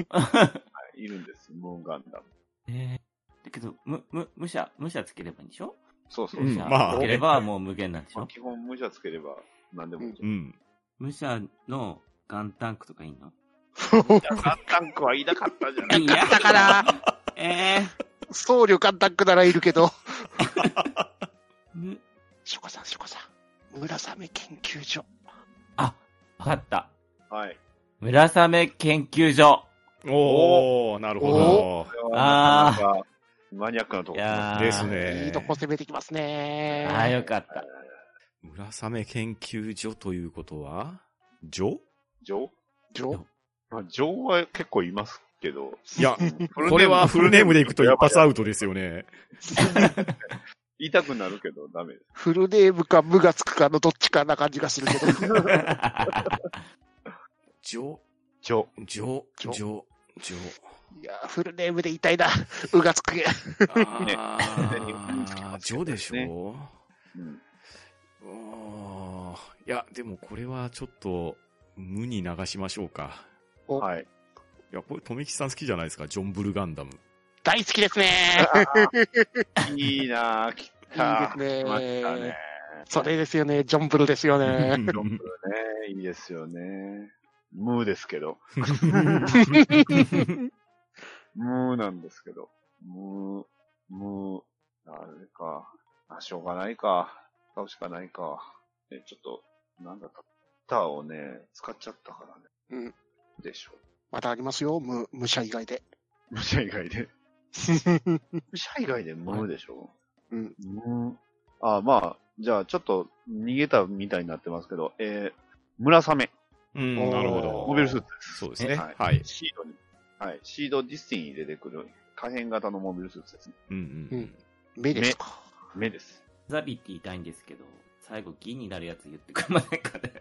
Speaker 4: はい、いるんです。ムーンガンダム。
Speaker 3: えーだけど、む、む、武者、武者つければいいんでしょ
Speaker 4: そうそう
Speaker 2: うん
Speaker 3: 武
Speaker 4: そう。
Speaker 3: 者
Speaker 2: まあ
Speaker 3: つければもう無限なんでし
Speaker 4: まあ
Speaker 3: ょ
Speaker 4: 基本無者つければ何でもいい。
Speaker 2: うん。
Speaker 3: 武者のガンタンクとかいいの
Speaker 4: ガンタンクは言いたかったじゃない。
Speaker 3: いやだから え
Speaker 1: 僧侶ガンダックならいるけど。
Speaker 3: ー、む、
Speaker 1: ショコさん、ショコさん。村雨研究所。
Speaker 3: あ、わかった。
Speaker 4: はい。
Speaker 3: 村雨研究所。
Speaker 2: おー、なるほ
Speaker 4: これは
Speaker 3: あ
Speaker 4: な
Speaker 3: ー
Speaker 4: かなかマニアックなとこ
Speaker 3: い
Speaker 4: 来ま
Speaker 2: ど。
Speaker 3: や
Speaker 4: す
Speaker 3: ー
Speaker 2: ですね。
Speaker 1: いいとこ攻めてきますね。
Speaker 3: あーよかった。
Speaker 2: 村雨研究所ということは、女
Speaker 4: 情
Speaker 1: ジョ
Speaker 4: まあ、情は結構いますけど。
Speaker 2: いや、
Speaker 4: フルネーム
Speaker 2: これはフルネームでいくと一発ア
Speaker 4: やばい
Speaker 2: ウトですよね。
Speaker 4: 言いたくなるけど、ダメです。
Speaker 1: フルネームか無がつくかのどっちかな感じがするけど。
Speaker 2: 女、
Speaker 4: 情。
Speaker 2: 女、
Speaker 1: 女
Speaker 2: 女、女。
Speaker 1: いや、フルネームで言いたいな。うがつく。
Speaker 2: あー、女でしょ
Speaker 4: うん。
Speaker 2: あーいや、でもこれはちょっと、無に流しましょうか。
Speaker 1: お
Speaker 4: はい。
Speaker 2: いや、これ、とめきちさん好きじゃないですか、ジョンブルガンダム。
Speaker 1: 大好きですね。
Speaker 4: いいなぁ、来た。
Speaker 1: いいですね
Speaker 4: 来ましたね。
Speaker 1: それですよね。ジョンブルですよね。
Speaker 4: ジョンブルね、いいですよね。ムーですけ ど。ムーなんですけど。ムー、ムー、あれか。あ、しょうがないか。使うしかないか。え、ちょっと、なんだった。ターをね、使っちゃったからね。
Speaker 1: うん。
Speaker 4: でしょ。
Speaker 1: まだありますよ。無、無者以外で。
Speaker 4: 武者以外で。武者以外でムーでしょ
Speaker 1: うん。
Speaker 4: ムー。あ、まあ、じゃあちょっと逃げたみたいになってますけど、えー、村雨。
Speaker 2: うん、なるほど。
Speaker 4: モビルスーツです。
Speaker 2: そうですね。
Speaker 4: はい
Speaker 2: はい。
Speaker 4: シードに。はい。シードディスティニーで出てくる可変型のモビルスーツですね。
Speaker 2: うんう
Speaker 1: うんん目ですか。
Speaker 4: 目です。
Speaker 3: ザビって言いたいんですけど、最後ギになるやつ言ってくれません かね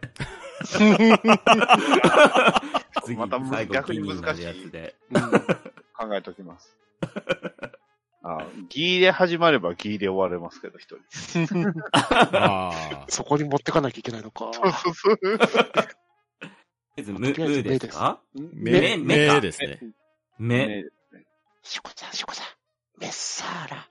Speaker 3: 次
Speaker 4: またむ
Speaker 3: 最後
Speaker 4: 逆
Speaker 3: ギ
Speaker 4: に
Speaker 3: にな
Speaker 4: 難し
Speaker 3: る
Speaker 4: い
Speaker 3: やつで。
Speaker 4: 考えときます。 あギーで始まればギーで終われますけど、一人。
Speaker 2: ああ。
Speaker 1: そこに持ってかなきゃいけないのか。
Speaker 3: とりあえず、む、
Speaker 1: とりあえず
Speaker 3: うですか
Speaker 2: 目、
Speaker 3: 目目
Speaker 2: 目
Speaker 3: か
Speaker 2: ですね。
Speaker 3: め、い
Speaker 4: ね
Speaker 1: ショコちゃん、ショコさん。メッサーラ。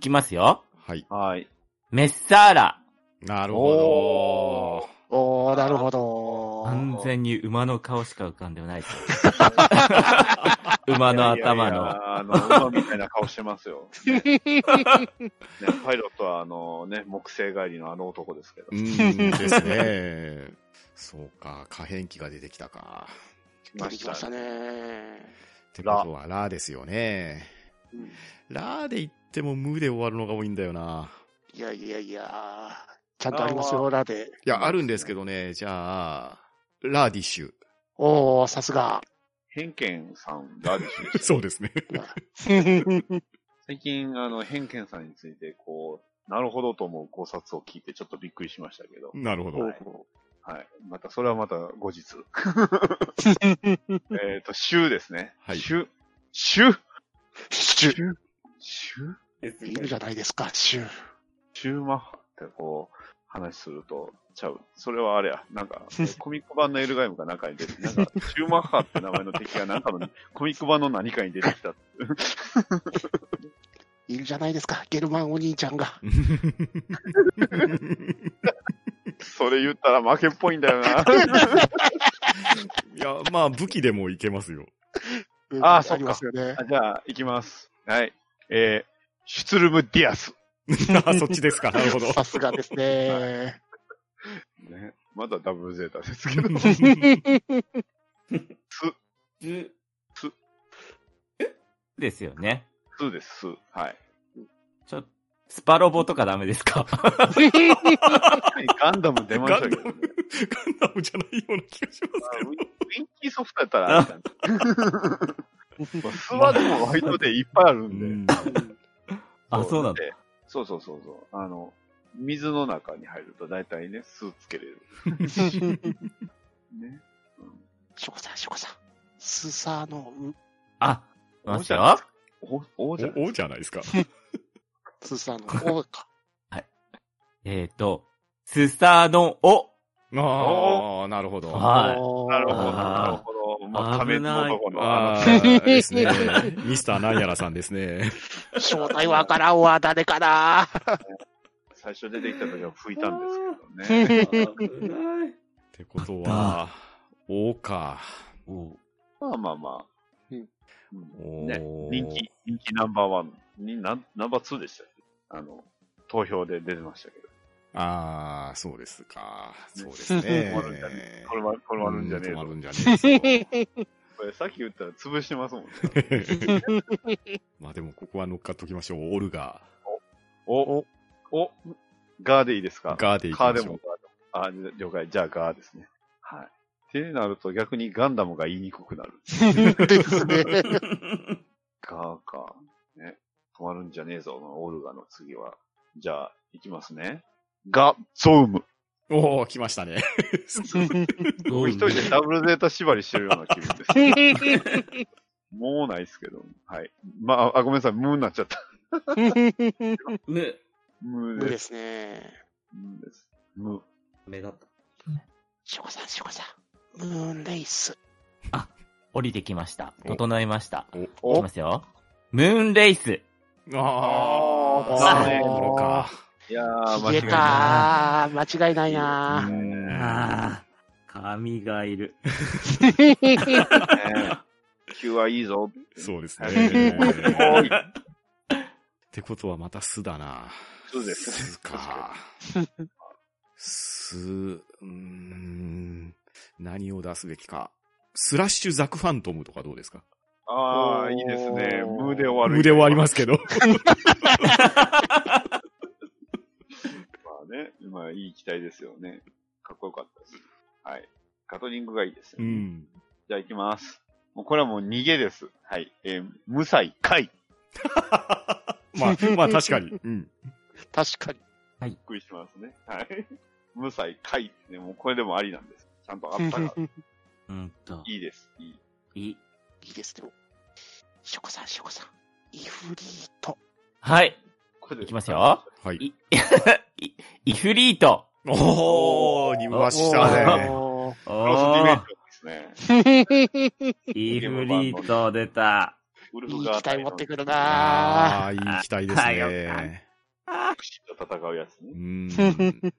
Speaker 3: きますよ。
Speaker 2: はい。
Speaker 4: はい。
Speaker 3: メッサーラ。
Speaker 2: なるほ
Speaker 1: おー、なるほど。
Speaker 3: 完全に馬の顔しか浮かんでないですよ。 馬の頭
Speaker 4: いやいやい
Speaker 3: の。
Speaker 4: やあの、馬みたいな顔してます よ。ねねパイロットはあのね、木星帰りのあの男ですけど
Speaker 2: ど。。うん、ですね。 そうか、可変機が出てきたか。
Speaker 4: 来
Speaker 1: 出てきましたね。
Speaker 2: ってことは、ラーですよね。
Speaker 1: うん
Speaker 2: ラーで言っても無で終わるのが多いんだよな。
Speaker 1: いやいやいや、ちゃんとありますよ、ラで。
Speaker 2: いや、あるんですけどね、じゃあ、ラーディッシュ。
Speaker 1: おー、さすが。
Speaker 4: 偏見さんがあるし、
Speaker 2: そうですね。
Speaker 4: 最近、あの、偏見さんについて、こう、なるほどと思う考察を聞いて、ちょっとびっくりしましたけど、
Speaker 2: なるほど。
Speaker 4: はい。また、それはまた後 日。えっと、週ですね。
Speaker 2: はい
Speaker 4: 週。週
Speaker 1: シュ、
Speaker 4: 週
Speaker 1: いるじゃないですか、シュ。
Speaker 4: 週マッハってこう、話すると、ちゃう。それはあれや、なんか、コミック版のエルガイムが中に出て、 なんか、シューマッハって名前の敵がなんかの、コミック版の何かに出てきた。
Speaker 1: いるじゃないですか、ゲルマンお兄ちゃんが。
Speaker 4: それ言ったら負けっぽいんだよ な。
Speaker 2: いや、まあ、武器でもいけますよ。
Speaker 1: うん
Speaker 4: あーそっか
Speaker 1: りますよね。
Speaker 4: あじゃあ、行きます。はい。えー、シュツルム・ディアス。
Speaker 2: あ、そっちですか。なる ほど。
Speaker 1: さすがですね。
Speaker 4: ね。まだダブルゼータです けど。ス、
Speaker 3: つ
Speaker 4: つ
Speaker 3: ですよね。
Speaker 4: スです、ス。はい。
Speaker 3: ちょ、スパロボとかダメですか
Speaker 4: ガンダム出ましたけどね。
Speaker 2: ガンダムじゃないような気がしま
Speaker 4: あ
Speaker 2: すけ
Speaker 4: ウィン
Speaker 2: ど
Speaker 4: ウ。ィンキーソフトやったらあ れかな、スワでも割とでいっぱいあるんで。
Speaker 3: あ、そうなんだ。
Speaker 4: でそうそうそうそう。あの、水の中に入ると大体ね、酢つけれる。ね。
Speaker 1: ショコさん、ショコさん。スサノウ、
Speaker 3: あ、ました
Speaker 4: お
Speaker 3: よ。
Speaker 4: おおじゃ
Speaker 2: お、おじゃないですか。
Speaker 1: スサノウか。
Speaker 3: えっ、と、スサノオ。
Speaker 2: ああ、なるほど。あ
Speaker 3: はい
Speaker 1: おー
Speaker 4: なるほど、なる
Speaker 3: あ
Speaker 4: ほど。まあ、
Speaker 3: 危
Speaker 4: 仮面
Speaker 3: ない
Speaker 4: の男のあ
Speaker 2: あ
Speaker 4: の、
Speaker 2: ー、です ね。ミスターなんやらさんですね。
Speaker 1: 正体わからんわ、誰かな。
Speaker 4: 最初出てきた時は拭いたんです けどね。
Speaker 3: お
Speaker 2: ってことは、おか。
Speaker 4: まあまあまあ。
Speaker 1: うん
Speaker 4: うんね、人気、人気ナンバーワンに、ナンナンバーツーでしたっけあの、投票で出てましたけど。
Speaker 2: ああ、そうですか。そうですね。
Speaker 4: 止まるんじゃねえ。これは、これはあるんじゃねえ
Speaker 2: 止ま
Speaker 4: ぞ
Speaker 2: るんじゃねえぞ。
Speaker 4: これさっき言ったら潰してますもんね。
Speaker 2: まあでも、ここは乗っかっときましょう。オルガ
Speaker 4: お、お、ガーでいいです
Speaker 2: ー。
Speaker 4: か
Speaker 2: ガーでいき
Speaker 4: カー
Speaker 2: ま
Speaker 4: で
Speaker 2: しょ
Speaker 4: も
Speaker 2: う。
Speaker 4: ガーでも。あ、了解。じゃあガーですね。はい。ってなると逆にガンダムが言いにくくなる。
Speaker 1: ですね。
Speaker 4: ガーか。ね。止まるんじゃねえぞ、のオルガの次は。じゃあ、いきますね。ガ、ゾウム。
Speaker 2: おお来ましたね。
Speaker 4: 僕一人でダブルゼータ縛りしてるような気分 です。もうないですけど。はい。まあ、あごめんなさい。ムーになっちゃった。
Speaker 3: ね、
Speaker 4: ムー
Speaker 1: 無
Speaker 4: で。
Speaker 1: ですすね。
Speaker 4: ムーです。ムー。
Speaker 3: 目立った。
Speaker 1: ショコさん、ショコさん。ムーンレイス。
Speaker 3: 降りてきました。整いました。いき
Speaker 4: お
Speaker 3: ま、すよ。ムーンレイス。
Speaker 2: ああ、
Speaker 4: あ
Speaker 2: そ
Speaker 4: ー
Speaker 2: うなのか。
Speaker 4: いやー、間
Speaker 1: 消え
Speaker 4: 違い
Speaker 3: い
Speaker 4: な
Speaker 1: たー。間違いないなー。
Speaker 3: ああ、髪がいる。
Speaker 4: いね。Q はいいぞ。
Speaker 2: そうです
Speaker 4: は
Speaker 2: ね。
Speaker 4: い
Speaker 2: っ。てことはまた巣だな。
Speaker 4: そうです
Speaker 2: 巣か。巣、うーん、何を出すべきか。スラッシュザクファントムとかどうですか
Speaker 4: ああ、いいですね。ムーで終わる。。
Speaker 2: 無で終わりますすけど。
Speaker 4: まあね、今いい機体ですよね。かっこよかったです。はい。ガトリングがいいですよ
Speaker 2: う
Speaker 4: ね、
Speaker 2: ん。
Speaker 4: じゃあ行きます。もうこれはもう逃げです。はい。えー、無才、回。びっ
Speaker 2: まあ、まあ確かに。うん。
Speaker 1: 確かに。
Speaker 4: くりしますね。はい。 無才、回。ね、もうこれでもありなんです。ちゃんとあった から。
Speaker 3: うんと、
Speaker 4: いいです。いい。
Speaker 3: い
Speaker 1: いいですね。ショコさん、ショコさん。イフリート。
Speaker 3: はい。
Speaker 4: これで
Speaker 3: いきますよ。
Speaker 2: はい。
Speaker 3: い、い、イフリート。
Speaker 2: おー、にましたね。
Speaker 1: おー
Speaker 4: クロスディメン
Speaker 3: お
Speaker 4: ションですね。
Speaker 3: ー、イフリート出た。
Speaker 4: ウル
Speaker 1: い
Speaker 4: フ
Speaker 1: い
Speaker 4: が
Speaker 1: 機体持ってくるな
Speaker 2: ああ、いい期待ですね。
Speaker 4: タクシーと戦うやつ
Speaker 2: う
Speaker 4: ね。
Speaker 2: ーん。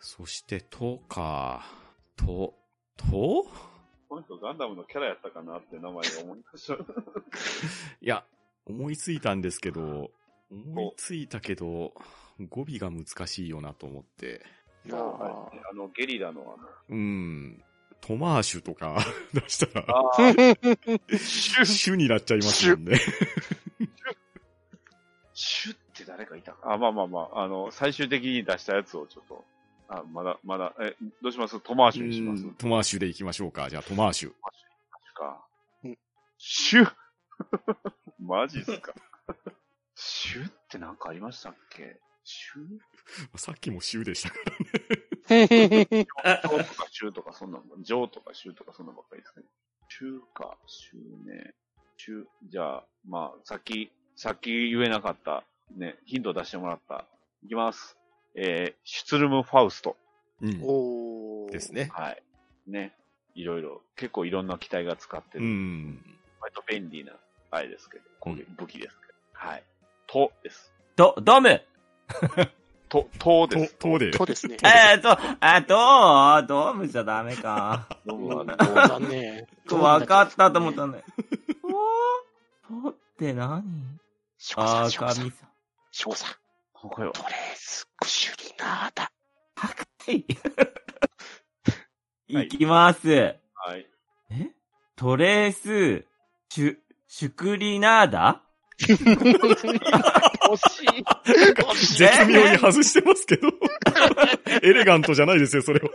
Speaker 2: そして、とか、と、と
Speaker 4: この人ガンダムのキャラやったかなって名前が思い出した。
Speaker 2: いや、思いついたんですけど、思いついたけど、語尾が難しいよなと思って。
Speaker 1: ー。
Speaker 4: はいあの、ゲリラのあ
Speaker 2: うー
Speaker 4: の、
Speaker 2: ん。トマーシュとか 出したら、
Speaker 4: あ あ、シュッ
Speaker 2: 主になっちゃいますもんね。
Speaker 4: シュって誰かいたかあ、まあまあまあ、あの、最終的に出したやつをちょっと、あ、まだ、まだ、え、どうしますトマーシュにします
Speaker 2: うんトマーシュでいきましょうか。じゃあ、トマーシュ。
Speaker 4: か
Speaker 1: うん。
Speaker 4: シュ マジっすかシュってなんかありましたっけシ
Speaker 2: さっきもシュでしたから。
Speaker 4: ュ上とかシュとかそんなの、ジョーとかシュとかそんなばっかりですね。シュか、シュね。シュ、じゃあ、まあ、さっき、さっき言えなかった、ね、ヒント出してもらった。いきます。えー、シュツルム・ファウスト。
Speaker 2: うん。
Speaker 1: おー。
Speaker 2: です。ね。
Speaker 4: はい。ね。いろいろ、結構いろんな機体が使って
Speaker 2: う
Speaker 4: る、
Speaker 2: ん。
Speaker 4: 割と便利な、あれですけど、攻撃
Speaker 2: う
Speaker 4: 武器ですけど。はい。とです。
Speaker 3: と、ド ム。
Speaker 4: と、と
Speaker 2: と
Speaker 4: です。、
Speaker 2: とで。
Speaker 1: そうですね。
Speaker 3: えーと、あ、と、ドムじゃダメか。
Speaker 4: どうもあの
Speaker 1: 残念。
Speaker 3: わかったと思ったんだよ。おー、とって何
Speaker 1: ショコさ
Speaker 3: あ
Speaker 1: ん、
Speaker 3: ー、
Speaker 1: ショコさん
Speaker 3: 神。さん。
Speaker 1: ショコさん。
Speaker 4: ここよ。
Speaker 1: トレースクシュリナー だ。
Speaker 3: はい。 いきます。
Speaker 4: はい。
Speaker 3: えトレース、シュ、シュクリナーダ
Speaker 4: 惜しい。惜しい。
Speaker 2: 絶妙に外してますけど。 エレガントじゃないですよ、それは。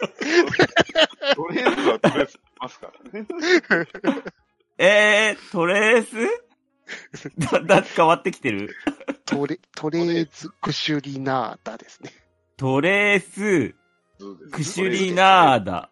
Speaker 4: とりあえずはとりあえずますからね。
Speaker 3: えー、トレースだ、だ、変わってきてる。
Speaker 1: トレ、トレーズクシュリナータですね。
Speaker 3: トレース、
Speaker 4: そうです
Speaker 3: クシュリナーダ。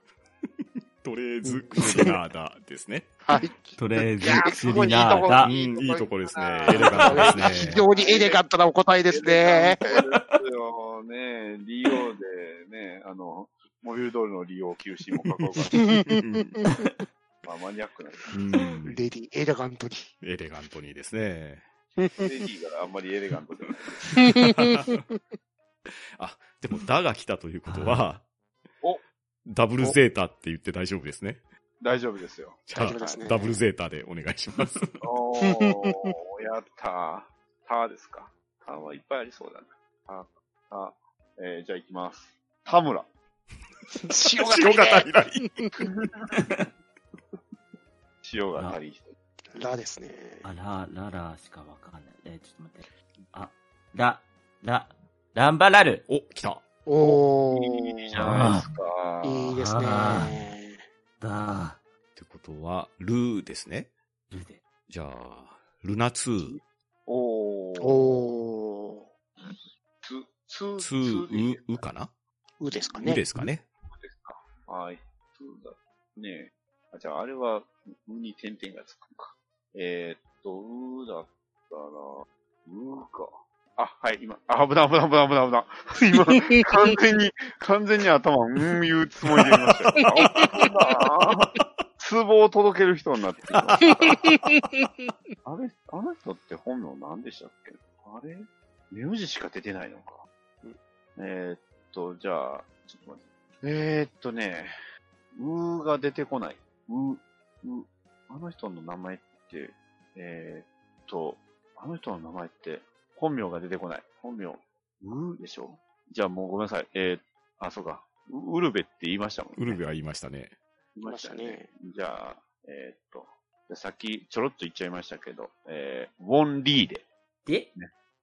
Speaker 2: とりあえず、クシュナーダですね。
Speaker 1: はい。
Speaker 3: トレー
Speaker 1: いや
Speaker 3: ズ、クシュリナーダ
Speaker 2: うん、。いいとこですね。エレガント で す
Speaker 1: 非
Speaker 2: ね。
Speaker 1: 常にエレガントなお答えですね。
Speaker 4: そうですよね。リオでね、あの、モビルドールの利用休止も書こうかな。まあ、マニアックな。
Speaker 2: うん
Speaker 1: レディ、エレガン トに。
Speaker 2: エレガントにですね。
Speaker 4: レディーからあんまりエレガントじゃない。
Speaker 2: あ、でも、ダが来たということは、
Speaker 4: お
Speaker 2: ダブルゼータって言って大丈夫ですね。
Speaker 4: 大丈夫ですよ。
Speaker 2: じゃ
Speaker 1: 大丈夫ですね
Speaker 2: あ、ダブルゼータでお願いし ます。
Speaker 4: おー、やったー。ターですか。ターはいっぱいありそうだね。ター、ター。えー、じゃあ行きます。田村。
Speaker 1: 塩が足り
Speaker 2: 白
Speaker 1: ね
Speaker 2: 方以来。
Speaker 4: 塩が足りひ
Speaker 1: えラですね。
Speaker 3: あら、ララしかわかんない。えーちょっと待って。あ、ラ、ラ、ランバラル。
Speaker 2: お、来た。
Speaker 1: お
Speaker 4: いいじゃ
Speaker 1: ー。
Speaker 4: ないです
Speaker 1: いいです
Speaker 4: か。
Speaker 1: ね。
Speaker 3: あだ
Speaker 2: ってことは、ルーですね。
Speaker 3: ー、ルで。
Speaker 2: じゃあ、ルナ2、
Speaker 4: おー。
Speaker 1: おー。
Speaker 4: つ、つ、つ
Speaker 2: 2、う、うかな
Speaker 1: うですか
Speaker 2: う
Speaker 1: ね。
Speaker 2: ですかね。
Speaker 4: ですか。はい。そうだ。ねえ。あ、じゃあ、あれは、うに点々がつくのか。えー、っと、うだったら、うか。あ、はい、今。あ、危ない危ない危 ない危ない危ない。今、完全に、完全に頭、うん、言うつもりでいましたよ。あ危ない。壺を届ける人になってる。あれ、あの人って本名何でしたっけあれ名字しか出てないのか。えー、っと、じゃあ、ちょっと待って。えー、っとね、うーが出てこない。う、う、あの人の名前って、えー、っと、あの人の名前って、本名が出てこない。本名、うーでしょじゃあもうごめんなさい。えー、あ、そうか。うウルベって言いましたもんね。
Speaker 2: ウルベは言いましたね。
Speaker 4: 言いました
Speaker 1: 言い
Speaker 4: ね
Speaker 1: ま。
Speaker 4: じゃあ、えー、っと、じゃあさっきちょろっと言っちゃいましたけど、えー、ウォンリーで。
Speaker 3: で、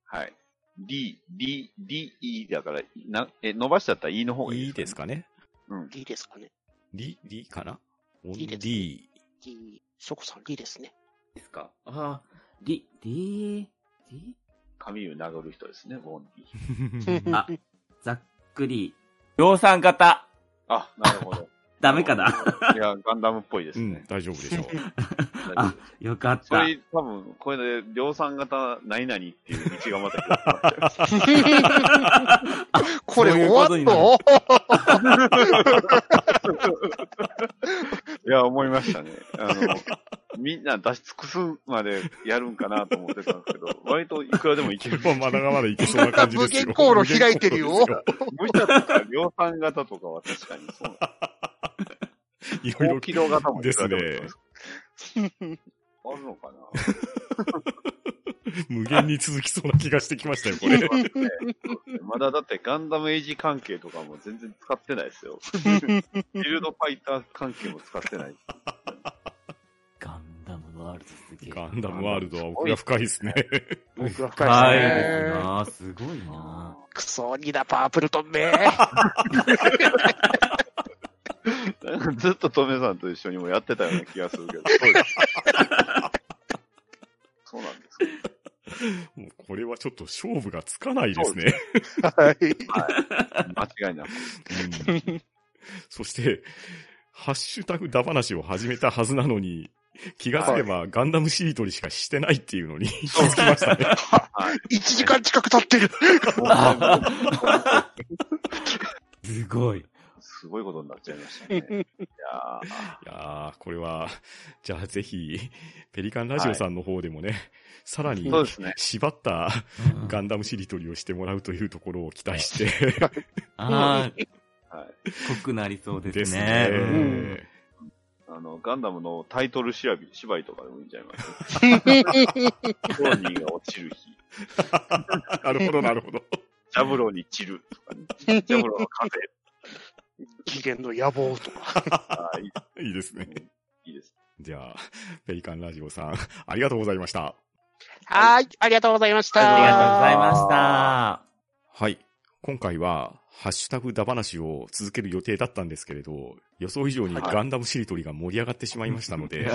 Speaker 4: はい。D、D、D、E だから、なえ伸ばしちゃったら E の方がいい
Speaker 2: いいです
Speaker 4: か
Speaker 2: かね。
Speaker 4: うん。
Speaker 1: D ですかね。
Speaker 2: リ、リかなオン
Speaker 1: いいです
Speaker 2: D。
Speaker 1: D、ショコさん D ですね。
Speaker 3: ですか。あー、リ、リ、リ、
Speaker 4: 髪を殴る人ですね、ウォンリー。
Speaker 3: あざっくり、量産型。
Speaker 4: あ、なるほど。
Speaker 3: ダメかな
Speaker 4: いや、ガンダムっぽいです
Speaker 2: う
Speaker 4: ね
Speaker 2: ん、。大丈夫でしょう。
Speaker 4: 大丈
Speaker 3: あ
Speaker 4: 夫です、
Speaker 3: よかっ
Speaker 4: そ
Speaker 3: た。
Speaker 4: れ、多分、これで、量産型何々っていう道がまた広がってますよ
Speaker 1: これ
Speaker 3: そう
Speaker 1: 終
Speaker 3: いう
Speaker 1: わ
Speaker 3: こ
Speaker 1: っ
Speaker 3: とになる
Speaker 1: の
Speaker 4: いや、思いましたね。あの、みんな出し尽くすまでやるんかなと思ってたんですけど、割といくらでもいける。
Speaker 2: まあ、まだまだいけそうな感じですよ。
Speaker 1: 無限航路開いてるよ
Speaker 2: 無限航路で
Speaker 4: 無茶とか量産型とかは確かに そう。
Speaker 2: すよいろ
Speaker 4: 高
Speaker 2: い
Speaker 4: 機動型も
Speaker 2: ろで
Speaker 4: いく
Speaker 2: す
Speaker 4: らで
Speaker 2: ね
Speaker 4: もいけ。ます。あるのかな
Speaker 2: 無限に続きそうな気がしてきましたよ、これ。
Speaker 4: まだだってガンダムエイジ関係とかも全然使ってないで すよ。ビルドファイター関係も使ってない。
Speaker 3: ガンダムワールドすげえ。
Speaker 2: ガンダムワールドは奥が深いですね。
Speaker 1: 僕は深
Speaker 3: 深
Speaker 1: い
Speaker 3: い
Speaker 1: で
Speaker 3: です
Speaker 1: すね。
Speaker 3: なすごいな
Speaker 1: クソ、ニナパープルトン め。
Speaker 4: ずっとトメさんと一緒にもやってたような気がする けど。そうなんですか。
Speaker 2: もうこれはちょっと勝負がつかないですね。
Speaker 1: はい。
Speaker 4: 間違いなく。
Speaker 2: うんそして、ハッシュタグダ話を始めたはずなのに、気がつけばガンダムしりとりしかしてないっていうのに気づきましたね。
Speaker 1: 1時間近く経ってる。
Speaker 3: すごい。
Speaker 4: すごいことになっちゃいましたね。いやー
Speaker 2: いやー、これは、じゃあぜひ、ペリカンラジオさんの方でもね、さらに
Speaker 4: そうですね。
Speaker 2: 縛った
Speaker 3: うん
Speaker 2: ガンダムしりとりをしてもらうというところを期待して
Speaker 3: あー、
Speaker 4: はい。
Speaker 3: 濃くなりそうで
Speaker 2: ですす
Speaker 3: ね。
Speaker 2: ね。
Speaker 4: あの、ガンダムのタイトル調べ、芝居とかでもいいんじゃな います か。ジョーニーが落ちる日。
Speaker 2: なるほど、なるほど。
Speaker 4: ジャブローに散るとか、ね、ジャブローの風。
Speaker 1: 期限の野望とか。
Speaker 4: あーいい
Speaker 2: いいですね。
Speaker 4: いいです。
Speaker 2: じゃあ、ペリカンラジオさん、ありがとうございました。
Speaker 1: はい、ありがとうございました。
Speaker 3: ありがとうござい
Speaker 4: す
Speaker 3: ました。
Speaker 2: はい。今回は、ハッシュタグダ話を続ける予定だったんですけれど、予想以上に
Speaker 4: はい
Speaker 2: ガンダムしりとりが盛り上がってしまい ましたので、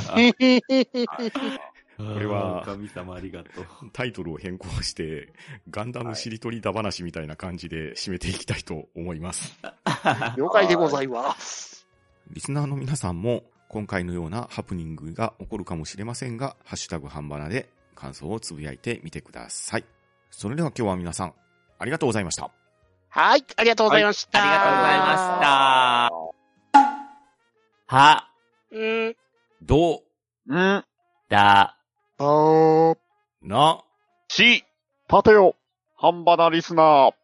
Speaker 3: こ
Speaker 2: れは
Speaker 3: 神様ありがとう。
Speaker 2: タイトルを変更して、ガンダムしりとりダ話みたいな感じで締めていきたいと思います。
Speaker 1: 了解でございます。
Speaker 2: リスナーの皆さんも、今回のようなハプニングが起こるかもしれませんが、ハッシュタグ半ばなで感想をつぶやいてみてください。それでは今日は皆さん、ありがとうございました。
Speaker 1: はい、ありがとうございました。
Speaker 3: ありがとうございました。は、
Speaker 1: うございまし
Speaker 2: どう、
Speaker 4: うん、
Speaker 3: だ、
Speaker 1: た。うん。あー
Speaker 2: な、
Speaker 4: し、立てよ、半端なリスナー。